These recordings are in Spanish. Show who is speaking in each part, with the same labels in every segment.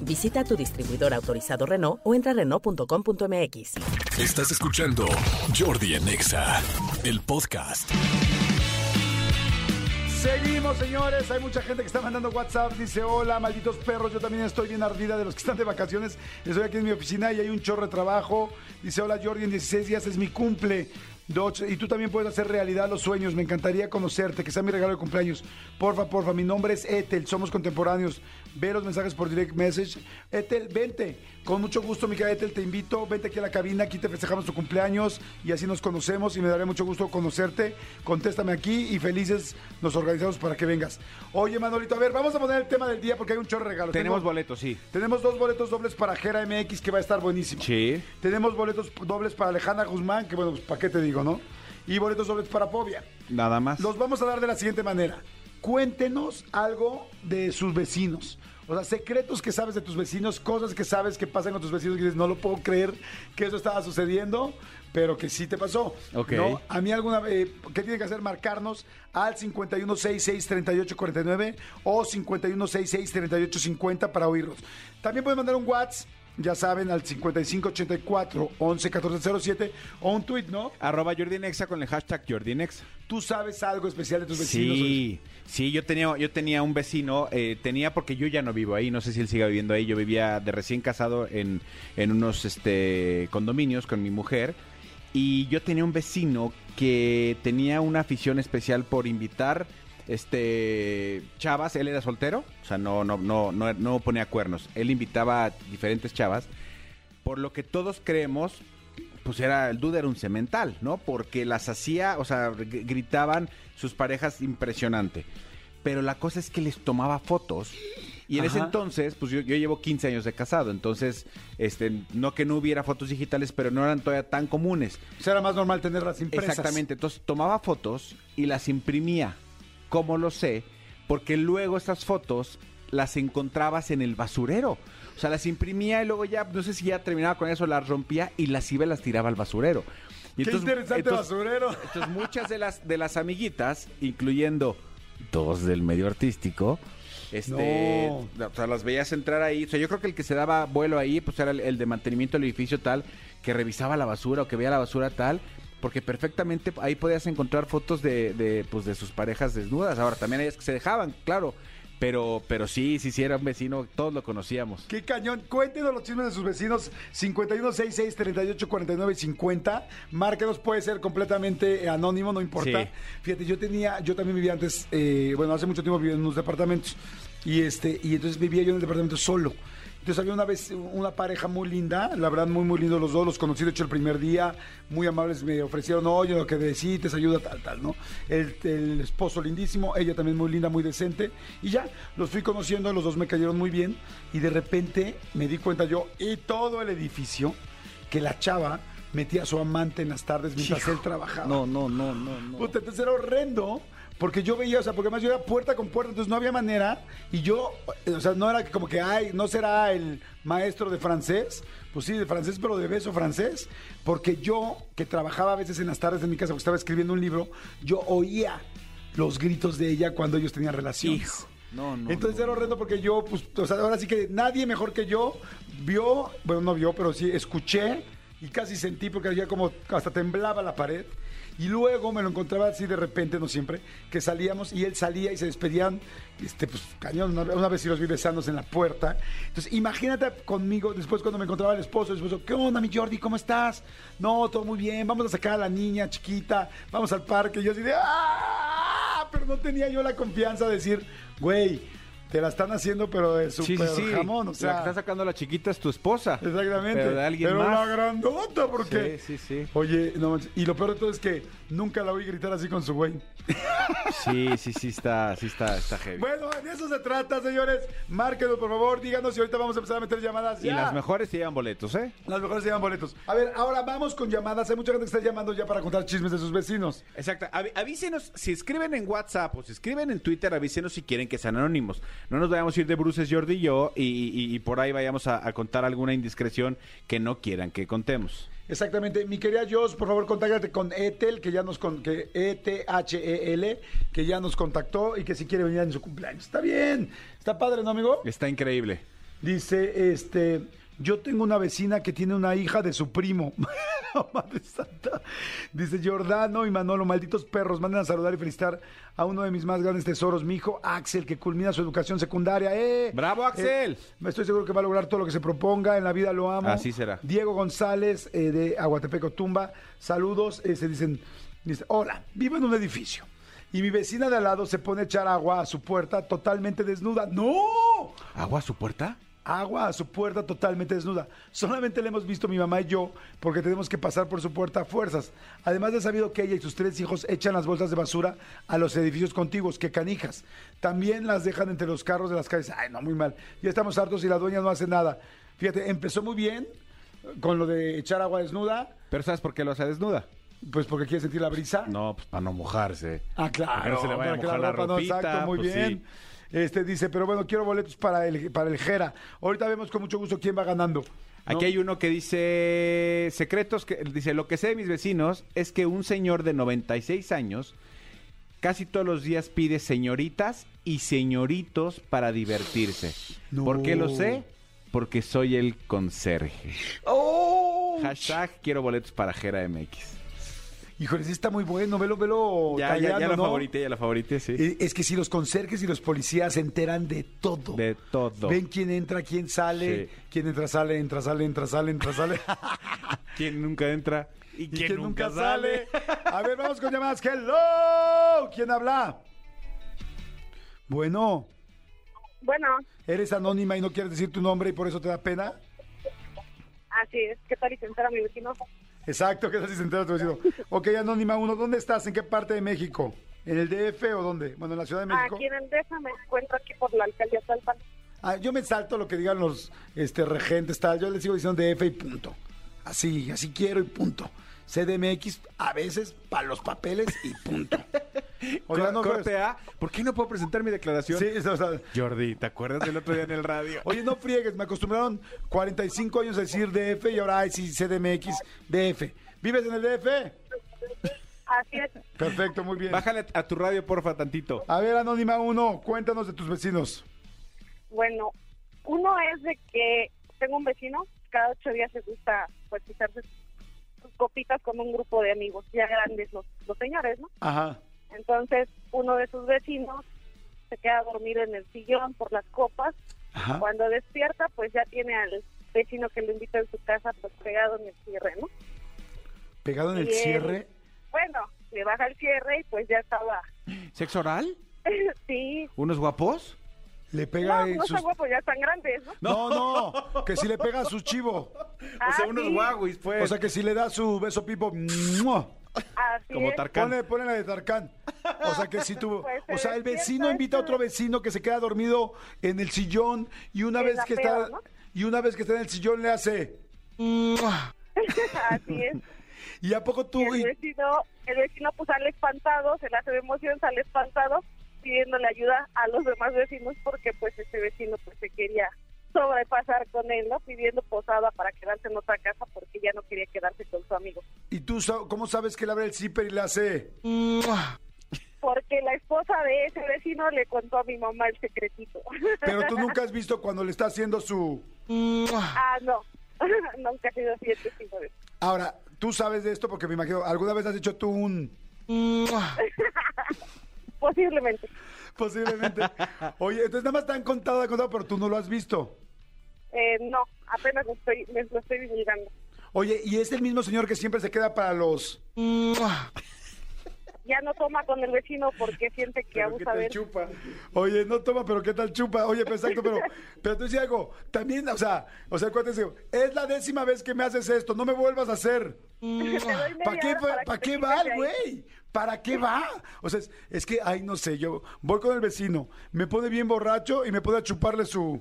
Speaker 1: Visita tu distribuidor autorizado Renault o entra a Renault.com.mx.
Speaker 2: Estás escuchando Jordi en Exa, el podcast.
Speaker 3: Seguimos, señores. Hay mucha gente que está mandando WhatsApp. Dice: Hola, malditos perros. Yo también estoy bien ardida de los que están de vacaciones. Estoy aquí en mi oficina y hay un chorro de trabajo. Dice: Hola, Jordi. En 16 días es mi cumple. Dodge, y tú también puedes hacer realidad los sueños. Me encantaría conocerte, que sea mi regalo de cumpleaños. Porfa, porfa, mi nombre es Etel, somos contemporáneos. Ve los mensajes por direct message. Etel, vente. Con mucho gusto, mi querida Etel, te invito. Vente aquí a la cabina, aquí te festejamos tu cumpleaños y así nos conocemos y me daré mucho gusto conocerte. Contéstame aquí y felices nos organizamos para que vengas. Oye, Manolito, a ver, vamos a poner el tema del día porque hay un chorro de regalos.
Speaker 4: Tenemos
Speaker 3: Tengo-
Speaker 4: boletos, sí.
Speaker 3: tenemos dos boletos dobles para Jera MX, que va a estar buenísimo.
Speaker 4: Sí.
Speaker 3: Tenemos boletos dobles para Alejandra Guzmán, que bueno, pues para qué te digo, ¿no? Y boletos dobles para Povia.
Speaker 4: Nada más.
Speaker 3: Los vamos a dar de la siguiente manera. Cuéntenos algo de sus vecinos. O sea, secretos que sabes de tus vecinos, cosas que sabes que pasan con tus vecinos y dices, no lo puedo creer que eso estaba sucediendo, pero que sí te pasó.
Speaker 4: Ok.
Speaker 3: ¿No? A mí alguna vez, ¿qué tiene que hacer? Marcarnos al 5166-3849 o 5166-3850 para oírlos. También pueden mandar un WhatsApp, ya saben, al 5584-111407 o un tweet, ¿no?
Speaker 4: Arroba Jordi en Exa con el hashtag Jordi en Exa.
Speaker 3: Tú sabes algo especial de tus vecinos.
Speaker 4: Sí, sí, yo tenía, yo tenía un vecino, eh, tenía porque yo ya no vivo ahí, no sé si él siga viviendo ahí, yo vivía de recién casado en, en unos este, condominios con mi mujer y yo tenía un vecino que tenía una afición especial por invitar este chavas, él era soltero, o sea, no, no, no, no, no ponía cuernos, él invitaba a diferentes chavas, por lo que todos creemos pues era el dude era un cemental, ¿no? Porque las hacía, o sea, gr- gritaban sus parejas impresionante. Pero la cosa es que les tomaba fotos. Y en ese
Speaker 3: Ajá.
Speaker 4: entonces, pues yo, yo llevo 15 años de casado, entonces, este, no que no hubiera fotos digitales, pero no eran todavía tan comunes.
Speaker 3: O sea, Pues era más normal tenerlas impresas.
Speaker 4: Exactamente, entonces tomaba fotos y las imprimía. ¿Cómo lo sé? Porque luego estas fotos las encontrabas en el basurero. O sea, las imprimía y luego ya, no sé si ya terminaba con eso, las rompía y las iba y las tiraba al basurero. Y
Speaker 3: Qué interesante
Speaker 4: entonces-
Speaker 3: basurero.
Speaker 4: entonces muchas de las de las amiguitas, incluyendo dos del medio artístico, este,
Speaker 3: No.
Speaker 4: o sea, las veías entrar ahí. O sea, yo creo que el que se daba vuelo ahí, pues era el, el de mantenimiento del edificio tal, que revisaba la basura o que veía la basura tal. Porque perfectamente ahí podías encontrar fotos de, de, pues, de sus parejas desnudas. Ahora, también ellas que se dejaban, claro. Pero, pero sí, sí, sí, era un vecino, todos lo conocíamos.
Speaker 3: Qué cañón. Cuéntenos los chismes de sus vecinos. 5166 4849 50. Márquenos, puede ser completamente eh, anónimo, no importa.
Speaker 4: Sí.
Speaker 3: Fíjate, yo tenía, yo también vivía antes, eh, bueno, hace mucho tiempo vivía en unos departamentos. Y este, y entonces vivía yo en el departamento solo. Entonces había una vez una pareja muy linda, la verdad muy muy lindos los dos, los conocí de hecho el primer día, muy amables me ofrecieron, oye, lo que necesites, ayuda, tal, tal, ¿no? El, el esposo lindísimo, ella también muy linda, muy decente, y ya, los fui conociendo, los dos me cayeron muy bien, y de repente me di cuenta yo y todo el edificio que la chava metía a su amante en las tardes mientras él trabajaba.
Speaker 4: no, no, no, no.
Speaker 3: Puta, entonces era horrendo. Porque yo veía, o sea, porque además yo era puerta con puerta, entonces no había manera. Y yo, eh, o sea, no era como que, ay, no será el maestro de francés. Pues sí, de francés, pero de beso francés. Porque yo, que trabajaba a veces en las tardes en mi casa, porque estaba escribiendo un libro, yo oía los gritos de ella cuando ellos tenían relaciones.
Speaker 4: Hijo. No, no,
Speaker 3: Entonces
Speaker 4: no,
Speaker 3: era horrendo porque yo, pues, o sea, ahora sí que nadie mejor que yo vio, bueno, no vio, pero sí escuché y casi sentí porque había como hasta temblaba la pared. Y luego me lo encontraba así de repente, no siempre, que salíamos y él salía y se despedían, este, pues cañón, una, una vez sí los vi besándose en la puerta. Entonces, imagínate conmigo después cuando me encontraba el esposo, el esposo, ¿qué onda, mi Jordi? ¿Cómo estás? No, todo muy bien, vamos a sacar a la niña chiquita, vamos Ah, al parque. Y yo así de, ¡ah! pero no tenía yo la confianza de decir, güey, te la están haciendo, pero de súper jamón. O sea,
Speaker 4: la que está sacando la chiquita es tu esposa.
Speaker 3: Exactamente.
Speaker 4: Pero de alguien
Speaker 3: Pero
Speaker 4: más.
Speaker 3: una grandota, porque.
Speaker 4: Sí, sí, sí.
Speaker 3: Oye, no manches, Y lo peor de todo es que nunca la oí gritar así con su güey.
Speaker 4: Sí, sí, sí está, sí está, está heavy.
Speaker 3: Bueno, de eso se trata, señores. Márquenos, por favor. Díganos si ahorita vamos a empezar a meter llamadas.
Speaker 4: y
Speaker 3: ya.
Speaker 4: las mejores se llevan boletos, ¿eh?
Speaker 3: Las mejores se llaman boletos. A ver, ahora vamos con llamadas. Hay mucha gente que está llamando ya para contar chismes de sus vecinos.
Speaker 4: Exacto. Avi- avísenos, si escriben en WhatsApp o si escriben en Twitter, avísenos si quieren que sean anónimos. No nos vayamos a ir de bruces Jordi y yo y, y- y por ahí vayamos a, a contar alguna indiscreción que no quieran que contemos.
Speaker 3: Exactamente. Mi querida Jos, por favor, contáctate con Etel, que ya nos con que E E-T-H-E-L, que ya nos contactó y que si quiere venir en su cumpleaños. Está bien. Está padre, ¿no, amigo?
Speaker 4: Está increíble.
Speaker 3: Dice, este, yo tengo una vecina que tiene una hija de su primo. ¡Oh, Madre Santa. Dice Giordano y Manolo, malditos perros, manden a saludar y felicitar a uno de mis más grandes tesoros, mi hijo Axel, que culmina su educación secundaria. ¡Eh!
Speaker 4: ¡Bravo,
Speaker 3: Eh,
Speaker 4: Axel!
Speaker 3: me estoy seguro que va a lograr todo lo que se proponga, en la vida lo amo.
Speaker 4: Así será.
Speaker 3: Diego González eh, de Aguatepeco Tumba, saludos, eh, se dicen, dice, hola, vivo en un edificio. Y mi vecina de al lado se pone a echar agua a su puerta totalmente desnuda. ¡No!
Speaker 4: ¿Agua a su puerta?
Speaker 3: agua a su puerta totalmente desnuda. Solamente la hemos visto mi mamá y yo porque tenemos que pasar por su puerta a fuerzas. Además de sabido que ella y sus tres hijos echan las bolsas de basura a los edificios contiguos, que canijas. También las dejan entre los carros de las calles. Ay, no, muy mal. Ya estamos hartos y la dueña no hace nada. Fíjate, empezó muy bien eh, con lo de echar agua desnuda,
Speaker 4: ¿Pero sabes por qué lo hace desnuda?
Speaker 3: pues porque quiere sentir la brisa.
Speaker 4: No, pues para no mojarse.
Speaker 3: Ah, claro.
Speaker 4: Para que no se le vaya a
Speaker 3: para que la
Speaker 4: mojar la
Speaker 3: ropa no,
Speaker 4: ropita,
Speaker 3: exacto, muy
Speaker 4: pues,
Speaker 3: bien.
Speaker 4: sí.
Speaker 3: Este dice, pero bueno, quiero boletos para el, para el Jera. Ahorita vemos con mucho gusto quién va ganando.
Speaker 4: Aquí hay uno que dice secretos que dice lo que sé de mis vecinos es que un señor de 96 años casi todos los días pide señoritas y señoritos para divertirse.
Speaker 3: No.
Speaker 4: ¿Por qué lo sé? Porque soy el conserje.
Speaker 3: ¡Oh!
Speaker 4: Hashtag quiero boletos para Jera MX.
Speaker 3: Híjole, sí está muy bueno, velo, velo.
Speaker 4: Ya, ya, ya
Speaker 3: tallando,
Speaker 4: la
Speaker 3: ¿no?
Speaker 4: favorité, ya la favorité, sí.
Speaker 3: Eh, Es que si los conserjes y los policías se enteran de todo.
Speaker 4: De todo.
Speaker 3: Ven quién entra, quién sale,
Speaker 4: Sí.
Speaker 3: quién entra, sale, entra, sale, entra, sale, entra, sale.
Speaker 4: ¿Quién nunca entra?
Speaker 3: y quién nunca sale. A ver, vamos con llamadas. ¡Hello! ¿Quién habla? Bueno,
Speaker 5: Bueno,
Speaker 3: eres anónima y no quieres decir tu nombre y por eso te da pena.
Speaker 5: así es. ¿Qué tal y sentar a mi vecino?
Speaker 3: Exacto, que estás sin enterar tu vecino. Ok, anónima uno, ¿dónde estás? ¿En qué parte de México? ¿En el DF o dónde? Bueno, en la Ciudad de México.
Speaker 5: Aquí en el DESA me encuentro aquí por la alcaldía Talpan.
Speaker 3: Ah, yo me salto lo que digan los este, regentes, tal. Yo les sigo diciendo DF y punto. Así, así quiero y punto. CDMX a veces para los papeles y punto. Oigan, no,
Speaker 4: Corte
Speaker 3: pues-
Speaker 4: A, ¿por qué no puedo presentar mi declaración?
Speaker 3: Sí, eso, o sea,
Speaker 4: Jordi, ¿te acuerdas del otro día en el radio?
Speaker 3: Oye, no friegues, me acostumbraron 45 años a decir DF y ahora ay, sí, CDMX, DF. ¿Vives en el DF?
Speaker 5: Así es.
Speaker 3: Perfecto, muy bien.
Speaker 4: Bájale a tu radio, porfa, tantito.
Speaker 3: A ver, Anónima 1, cuéntanos de tus vecinos.
Speaker 5: Bueno, uno es de que tengo un vecino, cada ocho días se gusta pues quitarse sus copitas con un grupo de amigos, ya grandes los, los señores, ¿no?
Speaker 3: Ajá.
Speaker 5: Entonces, uno de sus vecinos se queda dormido en el sillón por las copas.
Speaker 3: Ajá.
Speaker 5: Cuando despierta, pues ya tiene al vecino que lo invita en su casa, pues pegado en el cierre, ¿no?
Speaker 3: Pegado en el
Speaker 5: Bien.
Speaker 3: cierre.
Speaker 5: Bueno, le baja el cierre y pues ya estaba.
Speaker 4: ¿Sexo oral?
Speaker 5: sí.
Speaker 4: ¿Unos guapos?
Speaker 3: Le pega
Speaker 5: No,
Speaker 3: ahí
Speaker 5: no
Speaker 3: sus...
Speaker 5: son guapos, ya están grandes, ¿no?
Speaker 3: No, no, que si le pega a su chivo.
Speaker 5: Ah,
Speaker 4: o sea, unos
Speaker 5: sí,
Speaker 4: guaguis, pues.
Speaker 3: O sea, que si le da su beso pipo. ¡mua!
Speaker 5: así
Speaker 4: como
Speaker 5: es.
Speaker 4: Tarkan.
Speaker 3: Ponle, ponle la de Tarkan. O sea, que si tú.
Speaker 5: Pues se
Speaker 3: O sea, el
Speaker 5: despierta
Speaker 3: vecino invita a
Speaker 5: este.
Speaker 3: otro vecino que se queda dormido en el sillón y una
Speaker 5: En
Speaker 3: vez
Speaker 5: la
Speaker 3: que está.
Speaker 5: peda, ¿no?
Speaker 3: Y una vez que está en el sillón le hace. ¡mua!
Speaker 5: así es.
Speaker 3: ¿Y a poco tú.?
Speaker 5: Y el
Speaker 3: y-
Speaker 5: vecino, el vecino pues sale espantado, se le hace de emoción, sale espantado, pidiéndole ayuda a los demás vecinos porque pues este vecino pues se quería sobrepasar con él, ¿no? Pidiendo posada para quedarse en otra casa porque ya no quería quedarse con su amigo.
Speaker 3: ¿Y tú sa- cómo sabes que le abre el zipper y le hace?
Speaker 5: Porque la esposa de ese vecino le contó a mi mamá el secretito.
Speaker 3: Pero tú nunca has visto cuando le está haciendo su.
Speaker 5: ah, no. Nunca he sido así el testigo de
Speaker 3: Ahora, tú sabes de esto porque me imagino, ¿alguna vez has hecho tú un.
Speaker 5: Posiblemente.
Speaker 3: Posiblemente. Oye, entonces nada más te han contado, te han contado, pero tú no lo has visto.
Speaker 5: Eh, no, apenas lo estoy, me lo estoy divulgando.
Speaker 3: Oye, ¿y es el mismo señor que siempre se queda para los.
Speaker 6: ya no toma con el vecino porque siente que
Speaker 3: Pero ¿qué
Speaker 6: abusa de
Speaker 3: tal
Speaker 6: él.
Speaker 3: chupa? Oye, no toma, pero ¿qué tal chupa? Oye, pues, exacto, pero, pero tú dices algo. También, o sea, o sea, cuántas es la décima vez que me haces esto, no me vuelvas a hacer.
Speaker 6: Te doy media
Speaker 3: ¿Para qué,
Speaker 6: hora
Speaker 3: va-
Speaker 6: que
Speaker 3: ¿Para
Speaker 6: te
Speaker 3: qué
Speaker 6: quites
Speaker 3: va
Speaker 6: de
Speaker 3: el
Speaker 6: ahí.
Speaker 3: güey? ¿Para qué va? O sea, es, es que, ay, no sé, yo voy con el vecino, me pone bien borracho y me pone a chuparle su...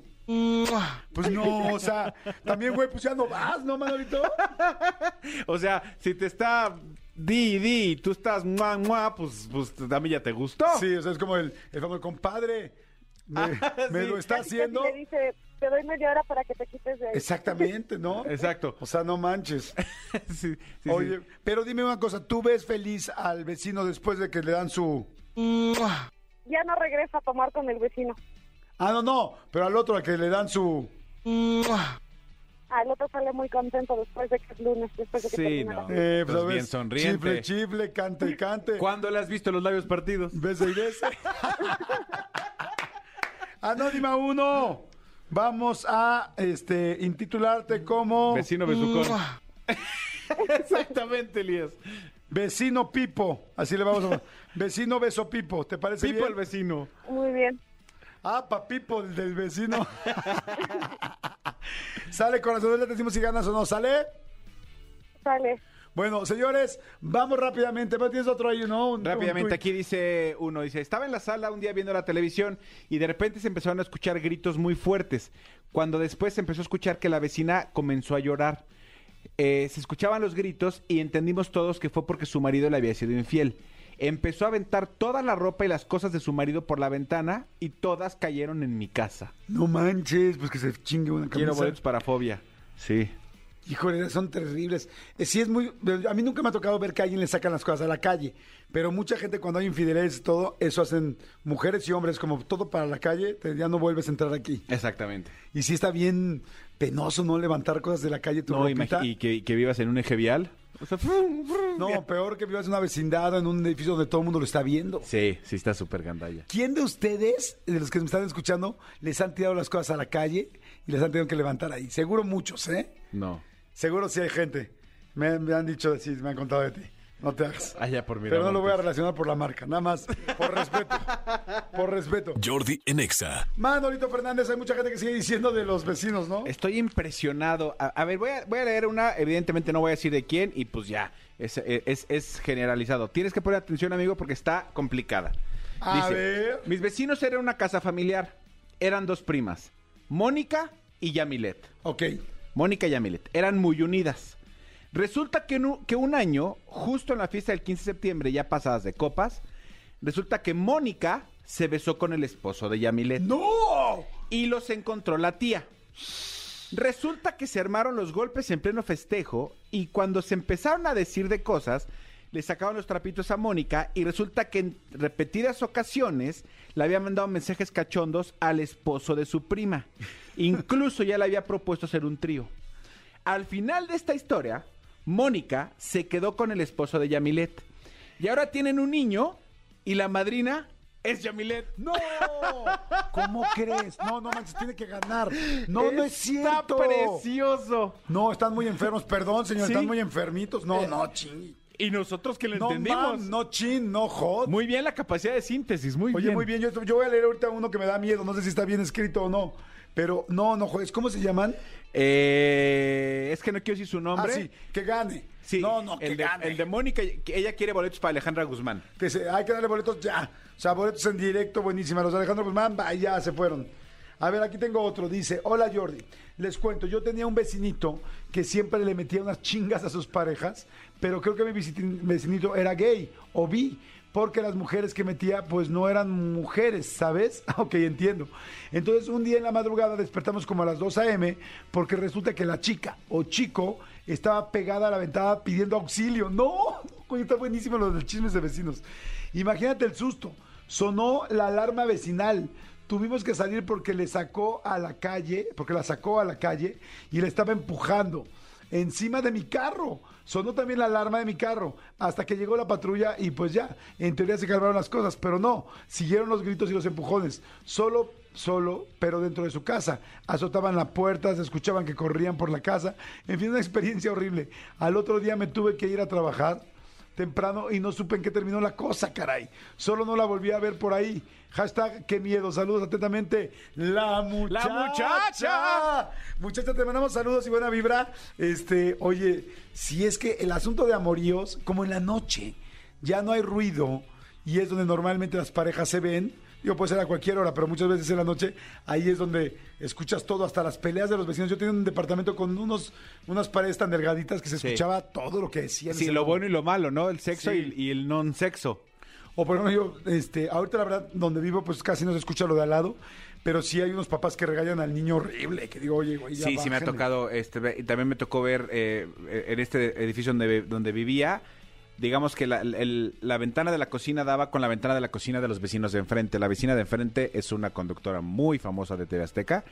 Speaker 3: Pues no, o sea, también, güey, pues ya no vas, ¿no, Manolito?
Speaker 4: O sea, si te está di, di, y tú estás mua, mua, pues, pues a mí ya te gustó.
Speaker 3: Sí, o sea, es como el, el famoso compadre. Me, me
Speaker 4: sí.
Speaker 3: lo está
Speaker 6: Casi, casi
Speaker 3: haciendo.
Speaker 6: le dice, te doy media hora para que te quites de ahí.
Speaker 3: Exactamente, ¿no?
Speaker 4: Exacto.
Speaker 3: O sea, no manches.
Speaker 4: Sí, sí, sí.
Speaker 3: Oye, pero dime una cosa, ¿tú ves feliz al vecino después de que le dan su...
Speaker 6: Ya no regresa a tomar con el vecino.
Speaker 3: Ah, no, no, pero al otro al que le dan su...
Speaker 6: Al otro sale muy contento después de que es lunes, después de que
Speaker 4: Sí,
Speaker 6: termina la
Speaker 4: no.
Speaker 6: fiesta.
Speaker 3: Eh, pues,
Speaker 4: Pues
Speaker 3: ¿sabes?
Speaker 4: bien
Speaker 3: Chifle,
Speaker 4: sonriente.
Speaker 3: chifle, cante y cante.
Speaker 4: ¿Cuándo le has visto los labios partidos?
Speaker 3: ¿Ves y ves? Anónima 1. Vamos a este intitularte como
Speaker 4: Vecino besucón. Exactamente, Elías.
Speaker 3: Vecino Pipo. Así le vamos a Vecino Beso Pipo. ¿Te parece
Speaker 4: Pipo
Speaker 3: bien?
Speaker 4: el vecino.
Speaker 6: Muy bien.
Speaker 3: Ah, pa' Pipo, el del vecino. Sale, corazón, le decimos si ganas o no. ¿Sale?
Speaker 6: Sale.
Speaker 3: Bueno, señores, vamos rápidamente. Pero tienes otro ahí, ¿no? Un- un
Speaker 4: Rápidamente,
Speaker 3: tuit.
Speaker 4: aquí dice uno, dice, estaba en la sala un día viendo la televisión y de repente se empezaron a escuchar gritos muy fuertes, cuando después se empezó a escuchar que la vecina comenzó a llorar. Eh, se escuchaban los gritos y entendimos todos que fue porque su marido le había sido infiel. Empezó a aventar toda la ropa y las cosas de su marido por la ventana y todas cayeron en mi casa.
Speaker 3: No manches, pues que se chingue una
Speaker 4: Quiero
Speaker 3: camisa.
Speaker 4: boletos para fobia. Sí.
Speaker 3: Híjole, son terribles. Eh, Sí, es muy. A mí nunca me ha tocado ver que a alguien le sacan las cosas a la calle. Pero mucha gente, cuando hay infidelidades y todo, eso hacen mujeres y hombres, como todo para la calle, te- ya no vuelves a entrar aquí.
Speaker 4: Exactamente.
Speaker 3: Y sí está bien penoso no levantar cosas de la calle tu
Speaker 4: No,
Speaker 3: ropita.
Speaker 4: imagi- y que, y que vivas en un eje vial. O sea, frum, frum.
Speaker 3: No, peor que vivas en una vecindad o en un edificio donde todo el mundo lo está viendo.
Speaker 4: Sí, sí está súper gandalla.
Speaker 3: ¿Quién de ustedes, de los que me están escuchando, les han tirado las cosas a la calle y les han tenido que levantar ahí? Seguro muchos, ¿eh?
Speaker 4: No.
Speaker 3: Seguro sí hay gente. Me, me han dicho, sí, me han contado de ti. No te hagas.
Speaker 4: Allá Ah, por pues.
Speaker 3: Pero no lo voy a
Speaker 4: Miramontes.
Speaker 3: relacionar por la marca, nada más. Por respeto. por respeto.
Speaker 2: Jordi en Exa.
Speaker 3: Manolito Fernández, hay mucha gente que sigue diciendo de los vecinos, ¿no?
Speaker 4: Estoy impresionado. A, a ver, voy a, voy a leer una. Evidentemente no voy a decir de quién y pues ya. Es, es- es generalizado. Tienes que poner atención, amigo, porque está complicada.
Speaker 3: A ver.
Speaker 4: Mis vecinos eran una casa familiar. Eran dos primas. Mónica y Yamilet.
Speaker 3: Ok.
Speaker 4: Mónica y Yamilet. Eran muy unidas. Resulta que, en un- que un año, justo en la fiesta del 15 de septiembre, ya pasadas de copas, resulta que Mónica se besó con el esposo de Yamilet
Speaker 3: ¡No!
Speaker 4: y los encontró la tía. Resulta que se armaron los golpes en pleno festejo y cuando se empezaron a decir de cosas, le sacaban los trapitos a Mónica y resulta que en repetidas ocasiones le había mandado mensajes cachondos al esposo de su prima. Incluso ya le había propuesto hacer un trío. Al final de esta historia, Mónica se quedó con el esposo de Yamilet. Y ahora tienen un niño y la madrina es Yamilet.
Speaker 3: ¡No! ¿Cómo crees? No, no manches, tiene que ganar. No, no es
Speaker 4: Está
Speaker 3: cierto.
Speaker 4: precioso.
Speaker 3: No, están muy enfermos, perdón, señor,
Speaker 4: Sí.
Speaker 3: están muy enfermitos. No, no, chin.
Speaker 4: Y nosotros que lo
Speaker 3: No,
Speaker 4: entendimos.
Speaker 3: mam, no chin, no hot.
Speaker 4: Muy bien la capacidad de síntesis, muy
Speaker 3: Oye,
Speaker 4: bien.
Speaker 3: muy bien, yo, yo voy a leer ahorita uno que me da miedo, no sé si está bien escrito o no. Pero no, no juegues, ¿cómo se llaman?
Speaker 4: Eh, es que no quiero decir su nombre.
Speaker 3: Ah, sí, que gane.
Speaker 4: Sí,
Speaker 3: no, no, que
Speaker 4: el de,
Speaker 3: gane.
Speaker 4: el de Mónica, que ella quiere boletos para Alejandra Guzmán.
Speaker 3: Que se- hay que darle boletos ya. O sea, boletos en directo, buenísima. Los de Alejandro Guzmán, vaya, se fueron. A ver, aquí tengo otro. Dice, hola Jordi, les cuento, yo tenía un vecinito que siempre le metía unas chingas a sus parejas, pero creo que mi visitin- vecinito era gay o bi, porque las mujeres que metía pues no eran mujeres, ¿sabes? ok, entiendo. Entonces un día en la madrugada despertamos como a las 2 a.m. porque resulta que la chica o chico estaba pegada a la ventana pidiendo auxilio. ¡No! Coño, está buenísimo lo de chismes de vecinos. Imagínate el susto. Sonó la alarma vecinal. Tuvimos que salir porque le sacó a la calle, porque la sacó a la calle y le estaba empujando encima de mi carro. Sonó también la alarma de mi carro hasta que llegó la patrulla y pues ya, en teoría se calmaron las cosas, pero no, siguieron los gritos y los empujones. Solo solo, pero dentro de su casa. Azotaban la puerta, se escuchaban que corrían por la casa. En fin, una experiencia horrible. Al otro día me tuve que ir a trabajar temprano y no supe en qué terminó la cosa, caray. Solo no la volví a ver por ahí. Hashtag qué miedo. Saludos atentamente. La muchacha.
Speaker 4: muchacha.
Speaker 3: Muchacha, te mandamos saludos y buena vibra. Este, oye, si es que el asunto de amoríos, como en la noche, ya no hay ruido y es donde normalmente las parejas se ven. Digo, puede ser a cualquier hora, pero muchas veces en la noche ahí es donde escuchas todo, hasta las peleas de los vecinos. Yo tenía un departamento con unos, unas paredes tan delgaditas que se
Speaker 4: Sí.
Speaker 3: escuchaba todo lo que decían.
Speaker 4: Sí,
Speaker 3: Ese
Speaker 4: lo
Speaker 3: no-
Speaker 4: bueno y lo malo, ¿no? El sexo
Speaker 3: Sí.
Speaker 4: y, y el non-sexo.
Speaker 3: O por ejemplo, yo, este, ahorita la verdad, donde vivo, pues casi no se escucha lo de al lado, pero sí hay unos papás que regalan al niño horrible, que digo, oye, güey, ya
Speaker 4: Sí, sí me ha
Speaker 3: bájenle".
Speaker 4: tocado, este, ve- y también me tocó ver eh, en este edificio donde, donde vivía, digamos que la, el- la ventana de la cocina daba con la ventana de la cocina de los vecinos de enfrente. La vecina de enfrente es una conductora muy famosa de TV Azteca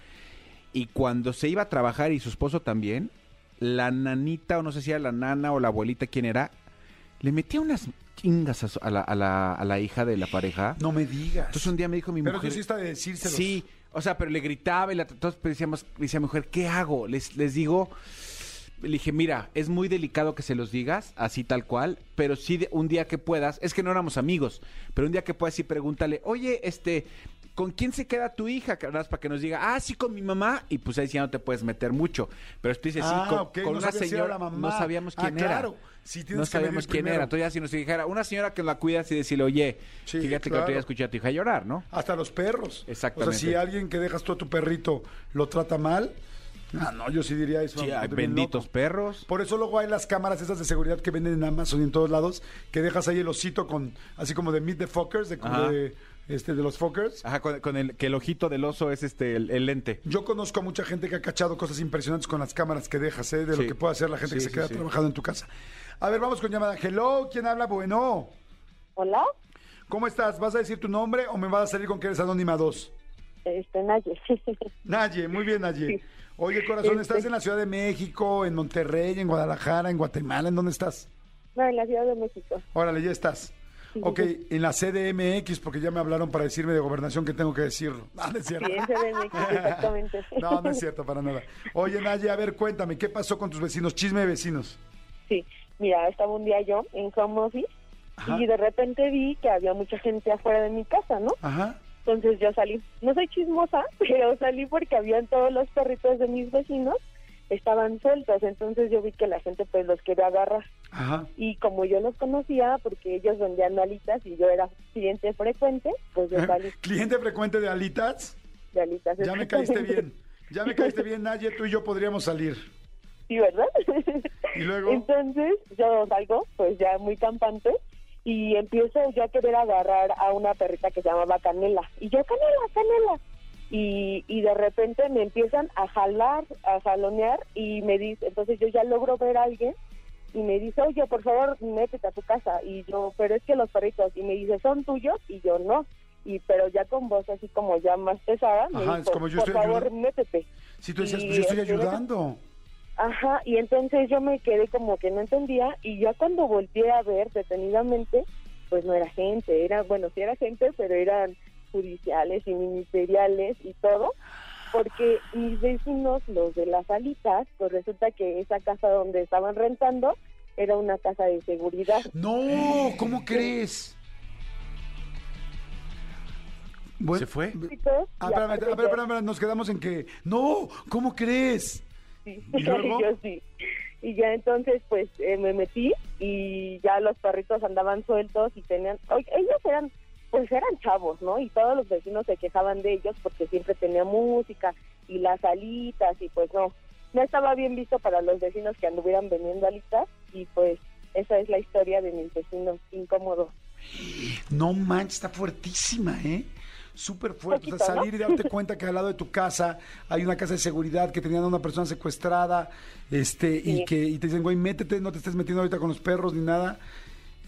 Speaker 4: y cuando se iba a trabajar y su esposo también, la nanita o no sé si era la nana o la abuelita, quién era, le metía unas chingas a, su- a la, a la- a la hija de la pareja.
Speaker 3: No me digas.
Speaker 4: Entonces un día me dijo mi
Speaker 3: pero
Speaker 4: mujer...
Speaker 3: tú sí está de decírselo.
Speaker 4: Sí, o sea, pero le gritaba y la, entonces decíamos, decía mujer, ¿qué hago? Les, les digo, le dije, mira, es muy delicado que se los digas, así tal cual, pero sí de- un día que puedas, es que no éramos amigos, pero un día que puedas sí pregúntale, oye, este, ¿con quién se queda tu hija? Que- nada más Para que nos diga, ah, sí, con mi mamá, y pues ahí sí ya no te puedes meter mucho, pero tú dices, sí,
Speaker 3: Ah,
Speaker 4: con,
Speaker 3: ok,
Speaker 4: con
Speaker 3: no
Speaker 4: una
Speaker 3: sabías si era
Speaker 4: señora,
Speaker 3: la mamá.
Speaker 4: no sabíamos
Speaker 3: Ah,
Speaker 4: quién era.
Speaker 3: claro, sí, tienes
Speaker 4: no
Speaker 3: que medir
Speaker 4: sabíamos quién
Speaker 3: primero.
Speaker 4: era. Entonces ya si nos dijera, una señora que la cuida, y decirle, oye,
Speaker 3: Sí,
Speaker 4: fíjate que
Speaker 3: claro.
Speaker 4: otro día escuché a tu hija llorar, ¿no?
Speaker 3: Hasta los perros.
Speaker 4: Exactamente.
Speaker 3: O sea, si alguien que dejas tú a tu perrito lo trata mal, ah, no, yo sí diría eso.
Speaker 4: Sí,
Speaker 3: ah,
Speaker 4: ay,
Speaker 3: ponte bien
Speaker 4: benditos
Speaker 3: loco.
Speaker 4: perros.
Speaker 3: Por eso luego hay las cámaras esas de seguridad que venden en Amazon y en todos lados, que dejas ahí el osito con, así como de Meet the Fuckers, de, como
Speaker 4: Ajá. Ah.
Speaker 3: de, este, de los Fuckers.
Speaker 4: Ajá, con, con el que el ojito del oso es este el, el lente.
Speaker 3: Yo conozco a mucha gente que ha cachado cosas impresionantes con las cámaras que dejas, ¿eh? de lo
Speaker 4: Sí.
Speaker 3: que puede hacer la gente que
Speaker 4: Sí,
Speaker 3: se
Speaker 4: sí,
Speaker 3: queda
Speaker 4: sí.
Speaker 3: trabajando en tu casa. A ver, vamos con llamada. Hello, ¿quién habla? Bueno,
Speaker 5: Hola,
Speaker 3: ¿cómo estás? ¿Vas a decir tu nombre o me vas a salir con que eres Anónima 2?
Speaker 5: este, Naye.
Speaker 3: Naye, muy bien, Naye. Oye, corazón, ¿estás
Speaker 5: Este
Speaker 3: en la Ciudad de México, en Monterrey, en Guadalajara, en Guatemala? ¿En dónde estás?
Speaker 5: no, en la Ciudad de México.
Speaker 3: Órale, ya estás. Ok, en la CDMX, porque ya me hablaron para decirme de gobernación que tengo que decirlo. No, no es cierto.
Speaker 5: Sí, en Ciudad de México, exactamente.
Speaker 3: No, no es cierto, para nada. Oye, Naye, a ver, cuéntame, ¿qué pasó con tus vecinos? Chisme de vecinos.
Speaker 5: Sí, mira, estaba un día yo en home office
Speaker 3: Ajá.
Speaker 5: y de repente vi que había mucha gente afuera de mi casa, ¿no?
Speaker 3: Ajá.
Speaker 5: Entonces yo salí. No soy chismosa, pero salí porque habían todos los perritos de mis vecinos, estaban sueltos. Entonces yo vi que la gente pues los quería agarrar.
Speaker 3: Ajá.
Speaker 5: Y como yo los conocía, porque ellos vendían alitas y yo era cliente frecuente, pues yo salí
Speaker 3: Cliente frecuente de alitas,
Speaker 5: de alitas.
Speaker 3: ya me caíste
Speaker 5: exactamente.
Speaker 3: bien. Ya me caíste bien, Naye, tú y yo podríamos salir.
Speaker 5: Sí, ¿verdad?
Speaker 3: Y luego-
Speaker 5: Entonces yo salgo, pues ya muy campante, y empiezo yo a querer agarrar a una perrita que se llamaba Canela. Y yo, Canela, Canela. Y, y de repente me empiezan a jalar, a jalonear, y me dice, entonces yo ya logro ver a alguien, y me dice, oye, por favor, métete a tu casa. Y yo, pero es que los perritos, y me dice, ¿son tuyos? Y yo, no. Y, pero ya con voz así como ya más pesada, me
Speaker 3: Ajá, es
Speaker 5: dijo,
Speaker 3: como yo
Speaker 5: por
Speaker 3: estoy
Speaker 5: favor,
Speaker 3: ayudando".
Speaker 5: métete.
Speaker 3: Si tú decías,
Speaker 5: Y
Speaker 3: pues yo estoy
Speaker 5: espero-
Speaker 3: ayudando.
Speaker 5: Ajá, y entonces yo me quedé como que no entendía y ya cuando volteé a ver detenidamente, pues no era gente, era, bueno, sí era gente, pero eran judiciales y ministeriales y todo, porque mis vecinos, los de las alitas, pues resulta que esa casa donde estaban rentando era una casa de seguridad.
Speaker 3: No,
Speaker 4: Eh,
Speaker 3: ¿cómo crees? Bueno,
Speaker 4: ¿Se fue?
Speaker 5: Y todo,
Speaker 3: Ah,
Speaker 5: y
Speaker 3: espérame,
Speaker 5: aparte
Speaker 3: espérame,
Speaker 5: yo-
Speaker 3: espérame, espérame, nos quedamos en que. No, ¿cómo crees?
Speaker 5: sí.
Speaker 3: ¿Y luego?
Speaker 5: Yo sí. Y ya entonces, pues, eh, me metí y ya los perritos andaban sueltos y tenían... oye, ellos eran, pues, eran chavos, ¿no? Y todos los vecinos se quejaban de ellos porque siempre tenía música y las alitas y, pues, no. No estaba bien visto para los vecinos que anduvieran vendiendo alitas y, pues, esa es la historia de mis vecinos incómodos.
Speaker 3: No manches, está fuertísima, ¿eh? Súper fuerte. O sea,
Speaker 5: Poquito, ¿no?
Speaker 3: salir y darte cuenta que al lado de tu casa hay una casa de seguridad que tenían a una persona secuestrada, este, y
Speaker 5: Sí.
Speaker 3: que y te dicen, güey, métete, no te estés metiendo ahorita con los perros ni nada.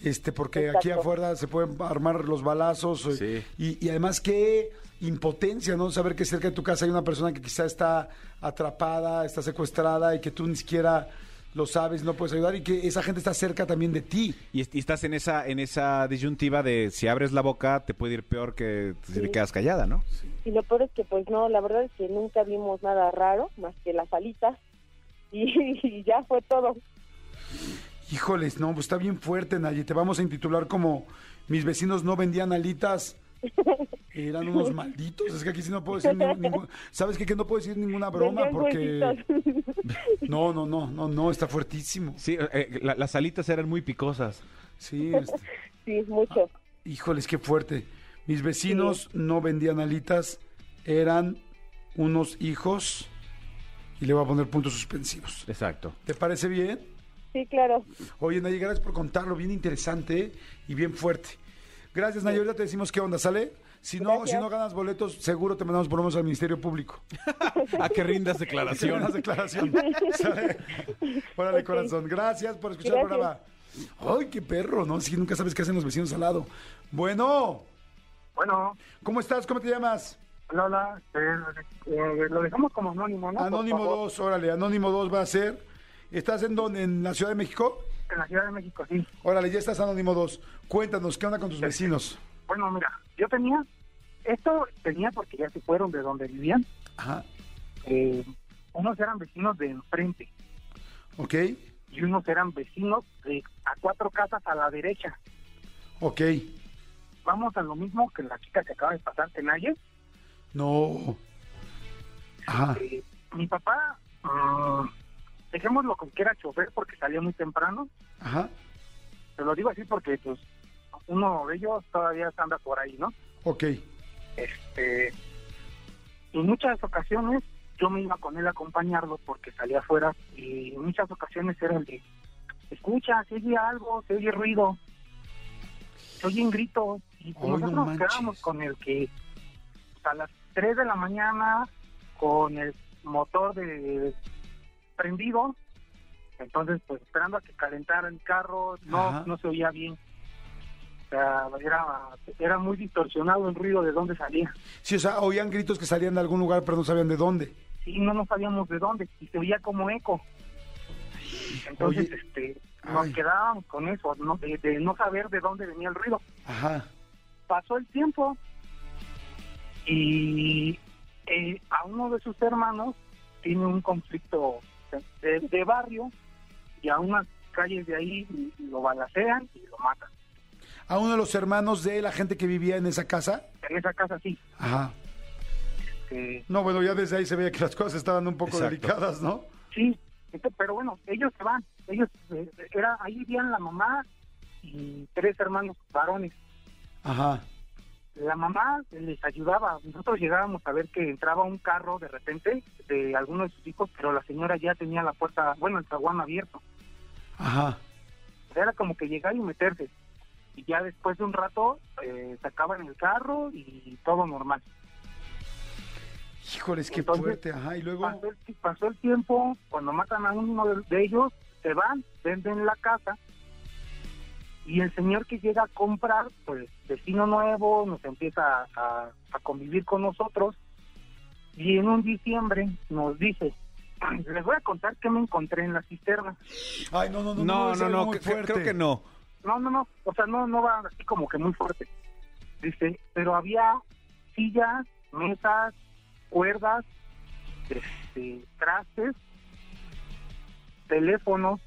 Speaker 3: Este, porque aquí
Speaker 5: Exacto.
Speaker 3: afuera se pueden armar los balazos. eh, Y, y además, qué impotencia, ¿no? Saber que cerca de tu casa hay una persona que quizá está atrapada, está secuestrada y que tú ni siquiera lo sabes, no puedes ayudar y que esa gente está cerca también de ti.
Speaker 4: Y, est- y estás en esa en esa disyuntiva de si abres la boca te puede ir peor que si te
Speaker 5: Sí.
Speaker 4: quedas callada, ¿no?
Speaker 5: Y lo peor es que, pues no, la verdad es que nunca vimos nada raro más que las alitas y, y ya fue todo.
Speaker 3: Híjoles, no, pues está bien fuerte, Naye. Te vamos a intitular como mis vecinos no vendían alitas. Eran unos malditos. Es que aquí sí no puedo decir ningún- ningún- ¿Sabes qué? Que no puedo decir ninguna broma
Speaker 5: Vendían
Speaker 3: porque...
Speaker 5: huesitos.
Speaker 3: No, no, no, no, no, está fuertísimo.
Speaker 4: Sí, eh, la- las alitas eran muy picosas.
Speaker 3: Sí, este,
Speaker 5: sí, mucho.
Speaker 3: híjoles, qué fuerte. Mis vecinos no vendían alitas, eran unos hijos. Y le voy a poner puntos suspensivos.
Speaker 4: Exacto.
Speaker 3: ¿Te parece bien?
Speaker 5: Sí, claro.
Speaker 3: Oye, Naye, gracias por contarlo, bien interesante ¿eh? y bien fuerte. Gracias, Naye, ahorita te decimos qué onda, ¿sale? Si no,
Speaker 5: Gracias.
Speaker 3: si no ganas boletos, seguro te mandamos por lo menos al Ministerio Público. Ah,
Speaker 4: A que rindas declaración.
Speaker 3: Una declaración. ¿sale? Órale, corazón. Gracias por escuchar el
Speaker 5: Gracias.
Speaker 3: programa. Ay, qué perro, ¿no? Si nunca sabes qué hacen los vecinos al lado. Bueno,
Speaker 7: Bueno,
Speaker 3: ¿cómo estás? ¿Cómo te llamas?
Speaker 7: Lola, eh, eh, lo dejamos como anónimo, ¿no? Por
Speaker 3: Anónimo
Speaker 7: favor.
Speaker 3: 2, órale, Anónimo 2 va a ser. ¿Estás en dónde? ¿En la Ciudad de México?
Speaker 7: En la Ciudad de México, sí.
Speaker 3: Órale, ya estás Anónimo 2. Cuéntanos, ¿qué onda con tus vecinos?
Speaker 7: Bueno, mira, yo tenía, esto tenía porque ya se fueron de donde vivían.
Speaker 3: Ajá,
Speaker 7: Eh, unos eran vecinos de enfrente
Speaker 3: ok,
Speaker 7: y unos eran vecinos de a cuatro casas a la derecha.
Speaker 3: ok.
Speaker 7: Vamos a lo mismo que la chica que acaba de pasar, Tenaye.
Speaker 3: No. Ajá,
Speaker 7: Eh, mi papá, mm, dejémoslo con que era chofer porque salió muy temprano.
Speaker 3: ajá,
Speaker 7: Te lo digo así porque, pues, uno de ellos todavía anda por ahí, ¿no?
Speaker 3: ok.
Speaker 7: este en muchas ocasiones yo me iba con él a acompañarlo porque salía afuera y en muchas ocasiones era el de escucha, se oye algo, se oye ruido, se oyen gritos y pues
Speaker 3: Ay, no
Speaker 7: nosotros nos
Speaker 3: manches.
Speaker 7: quedábamos con el que pues, a las 3 de la mañana con el motor de prendido entonces pues esperando a que calentara el carro
Speaker 3: Ajá.
Speaker 7: no no se oía bien o sea, era, era muy distorsionado el ruido de dónde salía
Speaker 3: Sí, o sea, oían gritos que salían de algún lugar, pero no sabían de dónde.
Speaker 7: y no nos sabíamos de dónde y se oía como eco. Entonces,
Speaker 3: Oye,
Speaker 7: este, nos
Speaker 3: ay.
Speaker 7: quedábamos con eso, ¿no? De, de no saber de dónde venía el ruido.
Speaker 3: Ajá.
Speaker 7: Pasó el tiempo y eh, a uno de sus hermanos tiene un conflicto de, de barrio y a unas calles de ahí lo balacean y lo matan.
Speaker 3: A uno de los hermanos de la gente que vivía en esa casa.
Speaker 7: En esa casa sí,
Speaker 3: Ajá.
Speaker 7: este,
Speaker 3: No, bueno, ya desde ahí se veía que las cosas estaban un poco
Speaker 4: Exacto.
Speaker 3: delicadas, ¿no?
Speaker 7: Sí, ento- pero bueno, ellos se van. Ellos, eh, era, ahí vivían la mamá y tres hermanos varones.
Speaker 3: Ajá.
Speaker 7: La mamá les ayudaba. Nosotros llegábamos a ver que entraba un carro de repente de alguno de sus hijos, pero la señora ya tenía la puerta, bueno, el zaguán abierto.
Speaker 3: Ajá.
Speaker 7: Era como que llegar y meterse. Y ya después de un rato eh, sacaban el carro y todo normal.
Speaker 3: Híjoles, qué
Speaker 7: Entonces,
Speaker 3: fuerte. Ajá. Y luego.
Speaker 7: Pasó el, ti- pasó el tiempo, cuando matan a uno de, de ellos, se van, venden la casa. Y el señor que llega a comprar, pues vecino nuevo, nos empieza a, a- a convivir con nosotros. Y en un diciembre nos dice, les voy a contar qué me encontré en la cisterna.
Speaker 3: Ay, no, no, no.
Speaker 4: No,
Speaker 3: ese
Speaker 4: no,
Speaker 3: era
Speaker 4: no,
Speaker 3: muy
Speaker 4: cre- cre-
Speaker 3: fuerte.
Speaker 4: creo que no.
Speaker 7: No, no, no, o sea, no, no va así como que muy fuerte. Dice, pero había sillas, mesas, cuerdas, este, trastes, teléfonos.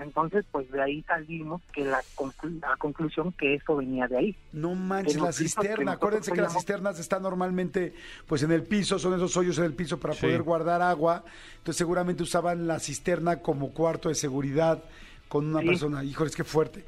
Speaker 7: Entonces, pues de ahí salimos que la, conclu- la conclusión que eso venía de ahí.
Speaker 3: No manches,
Speaker 7: Que
Speaker 3: la
Speaker 7: nos hizo que
Speaker 3: cisterna.
Speaker 7: nosotros
Speaker 3: Acuérdense que las
Speaker 7: teníamos-
Speaker 3: cisternas están normalmente pues en el piso, son esos hoyos en el piso para
Speaker 4: Sí.
Speaker 3: poder guardar agua. Entonces seguramente usaban la cisterna como cuarto de seguridad con una
Speaker 7: Sí.
Speaker 3: persona. Híjoles, qué fuerte.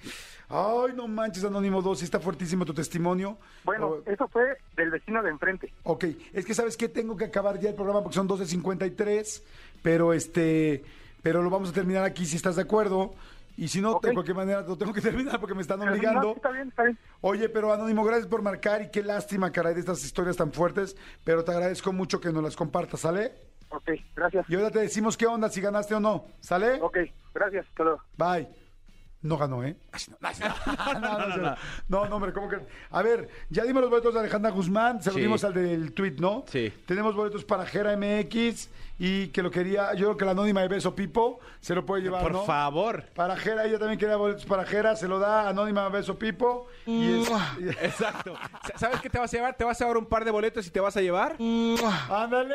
Speaker 3: Ay, no manches, Anónimo 2, sí está fuertísimo tu testimonio.
Speaker 7: Bueno, eh.
Speaker 3: Oh,
Speaker 7: eso fue del vecino de enfrente.
Speaker 3: Ok, es que sabes que tengo que acabar ya el programa porque son 12.53, pero este, pero lo vamos a terminar aquí si estás de acuerdo. Y si no,
Speaker 7: Ok.
Speaker 3: de cualquier manera lo tengo que terminar porque me están
Speaker 7: Pero sí, no,
Speaker 3: obligando.
Speaker 7: está bien, está bien.
Speaker 3: Oye, pero Anónimo, gracias por marcar y qué lástima, caray, de estas historias tan fuertes, pero te agradezco mucho que nos las compartas, ¿sale?
Speaker 7: Ok, gracias.
Speaker 3: Y ahora te decimos qué onda, si ganaste o no, ¿sale?
Speaker 7: Ok, gracias. Hasta luego.
Speaker 3: Bye. No ganó, ¿eh? Ay, sí, no, ay, sí, no. No, no, no. No, no, hombre, ¿cómo que? A ver, ya dimos los boletos de Alejandra Guzmán, se los
Speaker 4: Sí.
Speaker 3: dimos al del tweet, ¿no?
Speaker 4: Sí.
Speaker 3: Tenemos boletos para Jera MX y que lo quería, yo creo que la anónima de Beso Pipo se lo puede llevar,
Speaker 4: Por
Speaker 3: Ah, ¿no?
Speaker 4: favor.
Speaker 3: Para Jera, ella también quería boletos para Jera, se lo da anónima Beso Pipo. Y es-
Speaker 4: Exacto. Sa- ¿Sabes qué te vas a llevar? Te vas a llevar un par de boletos y te vas a llevar.
Speaker 3: ¡Ándale!